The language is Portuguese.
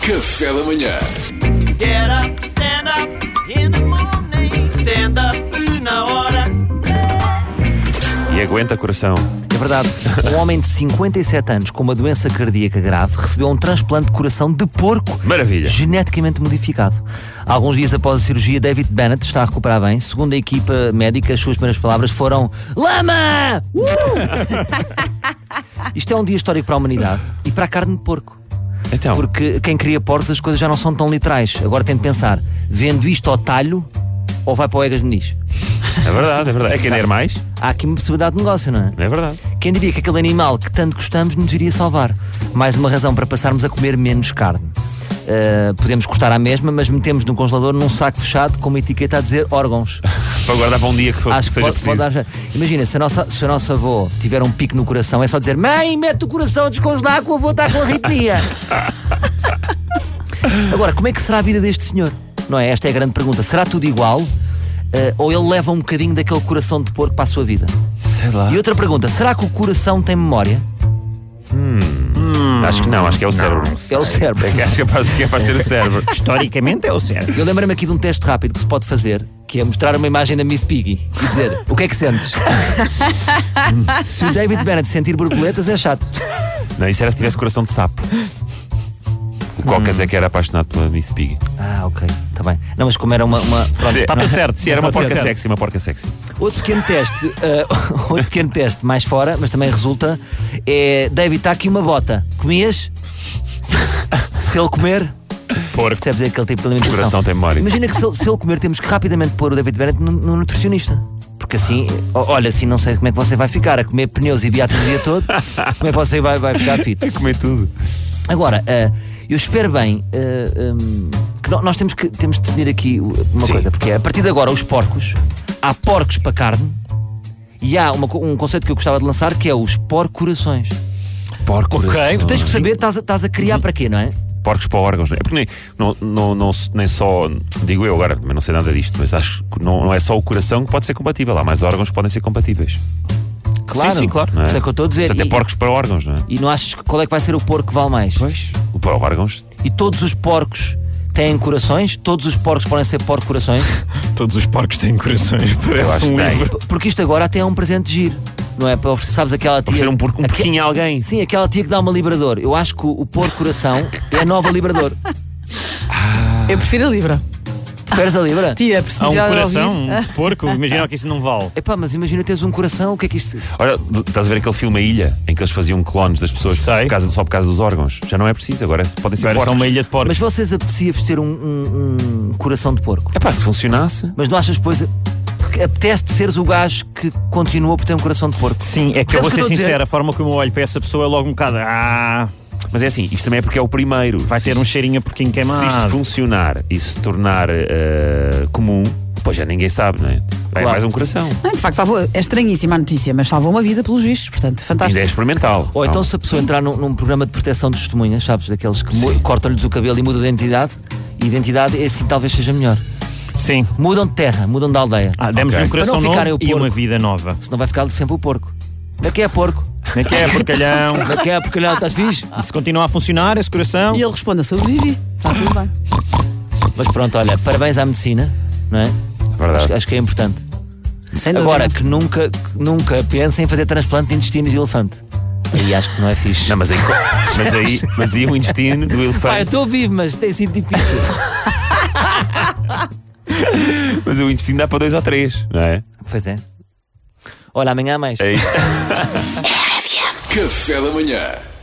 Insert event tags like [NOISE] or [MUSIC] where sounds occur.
Café da manhã. Get up, stand up in the morning. Stand up na hora. E aguenta coração. É verdade. Um homem de 57 anos com uma doença cardíaca grave recebeu um transplante de coração de porco. Maravilha. Geneticamente modificado. Alguns dias após a cirurgia, David Bennett está a recuperar bem. Segundo a equipa médica, as suas primeiras palavras foram: Lama! Uh! Isto é um dia histórico para a humanidade e para a carne de porco. Então, Porque quem cria porcos, as coisas já não são tão literais. Agora tem de pensar: vendo isto ao talho ou vai para o Egas Muniz? é verdade, é verdade. É quem der mais, Há aqui uma possibilidade de negócio, não é? é verdade. Quem diria que aquele animal que tanto gostamos nos iria salvar? Mais uma razão para passarmos a comer menos carne. Uh, podemos cortar à mesma, mas metemos no congelador num saco fechado com uma etiqueta a dizer órgãos. Para guardar para um dia que, for, que Acho que seja pode, preciso. pode dar. Imagina, se a, nossa, se a nossa avó tiver um pico no coração, é só dizer: Mãe, mete o coração a descongelar que o avô está [LAUGHS] com arritmia. Agora, como é que será a vida deste senhor? Não é? Esta é a grande pergunta. Será tudo igual? Uh, ou ele leva um bocadinho daquele coração de porco para a sua vida? Sei lá. E outra pergunta: será que o coração tem memória? Acho que não, acho que é o cérebro. É o cérebro. É que acho que é capaz, que é capaz de ter o cérebro. Historicamente é o cérebro. Eu lembro-me aqui de um teste rápido que se pode fazer, que é mostrar uma imagem da Miss Piggy e dizer o que é [LAUGHS] que sentes. se o David Bennett sentir borboletas, é chato. Não, isso era se tivesse coração de sapo. O Cocas é que era apaixonado pela Miss Piggy. Ah, ok, está bem. Não, mas como era uma. uma- pronto. tá Sim, [LAUGHS] tudo certo. Sim, era uma Está tudo porca certo. sexy, uma porca sexy. Outro pequeno teste, eh, [LAUGHS] outro pequeno teste mais fora, mas também resulta, é David, está aqui uma bota. Comias? [LAUGHS] Se ele comer, Porco. percebes é aquele tipo de alimentação. Coração tem memória. Imagina que se, ele- se ele comer, temos que rapidamente pôr o David Bennett no, no nutricionista. Porque assim, o- olha, assim não sei como é que você vai ficar a comer pneus e beatos o dia todo, como é que você vai, vai ficar fit? Comer é tudo. Agora, ah, eu espero bem ah, hum, que no- nós temos que temos de definir aqui uma Sim. coisa, porque a partir de agora os porcos, há porcos para carne e há uma co- um conceito que eu gostava de lançar que é os porcorações. Porco. Ok, Tu tens que saber, estás a- estás a Uhum. criar para quê, não é? porcos para órgãos. É porque nem, não, não, não se- nem só, digo eu agora, mas não sei nada disto, mas acho que não, não é só o coração que pode ser compatível. Há mais órgãos que podem ser compatíveis. Claro. sim, claro. Não é? Isso é o que eu estou a dizer. Portanto, é E- porcos para órgãos, não é? E não achas que qual é que vai ser o porco que vale mais? Pois. O para órgãos. E todos os porcos têm corações? Todos os porcos podem [LAUGHS] ser porco-corações? todos os porcos têm corações, [LAUGHS] Eu acho parece que um tem. livro. P- Porque isto agora até é um presente giro, não é? Para oferecer, sabes, aquela tia. Oferecer um porco- um aque- porquinho a alguém. Sim, aquela tia que dá uma Librador. Eu acho que o, o porco-coração é a nova Librador. Eu prefiro a Libra. Preferes a Libra? Tia, é Há um possibilidade de coração, ouvir. [LAUGHS] um porco, imagina que isso não vale. Epá, mas imagina teres um coração, o que é que isto. Olha, estás a ver aquele filme A Ilha, em que eles faziam clones das pessoas Sei. por causa- só por causa dos órgãos. Já não é preciso, agora podem ser Agora são porcos. é uma ilha de porcos. Mas vocês apetecia-vos ter um, um- um coração de porco. É pá, se funcionasse. Mas não achas, pois. porque Apetece-te seres o gajo que continuou por ter um coração de porco. Sim, é que Percebes eu o vou que eu ser estou a dizer? sincero, a forma como eu olho para essa pessoa é logo um bocado. Ah, Mas é assim, isto também é porque é o primeiro. vai Se ter um cheirinho a porquinho Se isto queimado. funcionar e se tornar eh, comum, depois já ninguém sabe, não é? Vai Claro. mais um coração. Tá Não, de facto, salvou- é estranhíssima a notícia, mas salvou uma vida pelos vistos, portanto, Ainda é fantástico. experimental. Ou então Não. se a pessoa entrar num, num programa de proteção de testemunhas, sabes, daqueles que mu- cortam-lhes o cabelo e mudam de identidade, e identidade é assim talvez seja melhor. Sim. Mudam de terra, mudam de aldeia. Ah, demos-lhe Ok. um coração Para não ficarem o novo e porco. uma vida nova. Senão vai ficar sempre o porco. Daqui é porco. Não é que é, [LAUGHS] porcalhão? Daqui é porque olha, estás fixe? E se continuar a funcionar esse coração. E ele responde: sobrevivi. Está tudo bem. Mas pronto, olha, parabéns à medicina, não é? Verdade. [LAUGHS] Acho, acho que é importante. Sem dúvida. Agora, que nunca, que nunca pensem em fazer transplante de intestinos de elefante. Aí acho que não é fixe. Não, mas aí, mas aí, mas aí o intestino do Pá, eu elefante. estou vivo, mas tem sido difícil. Mas o intestino dá para dois ou três, não é? pois é. Olha, amanhã há mais. É isso. Café da manhã.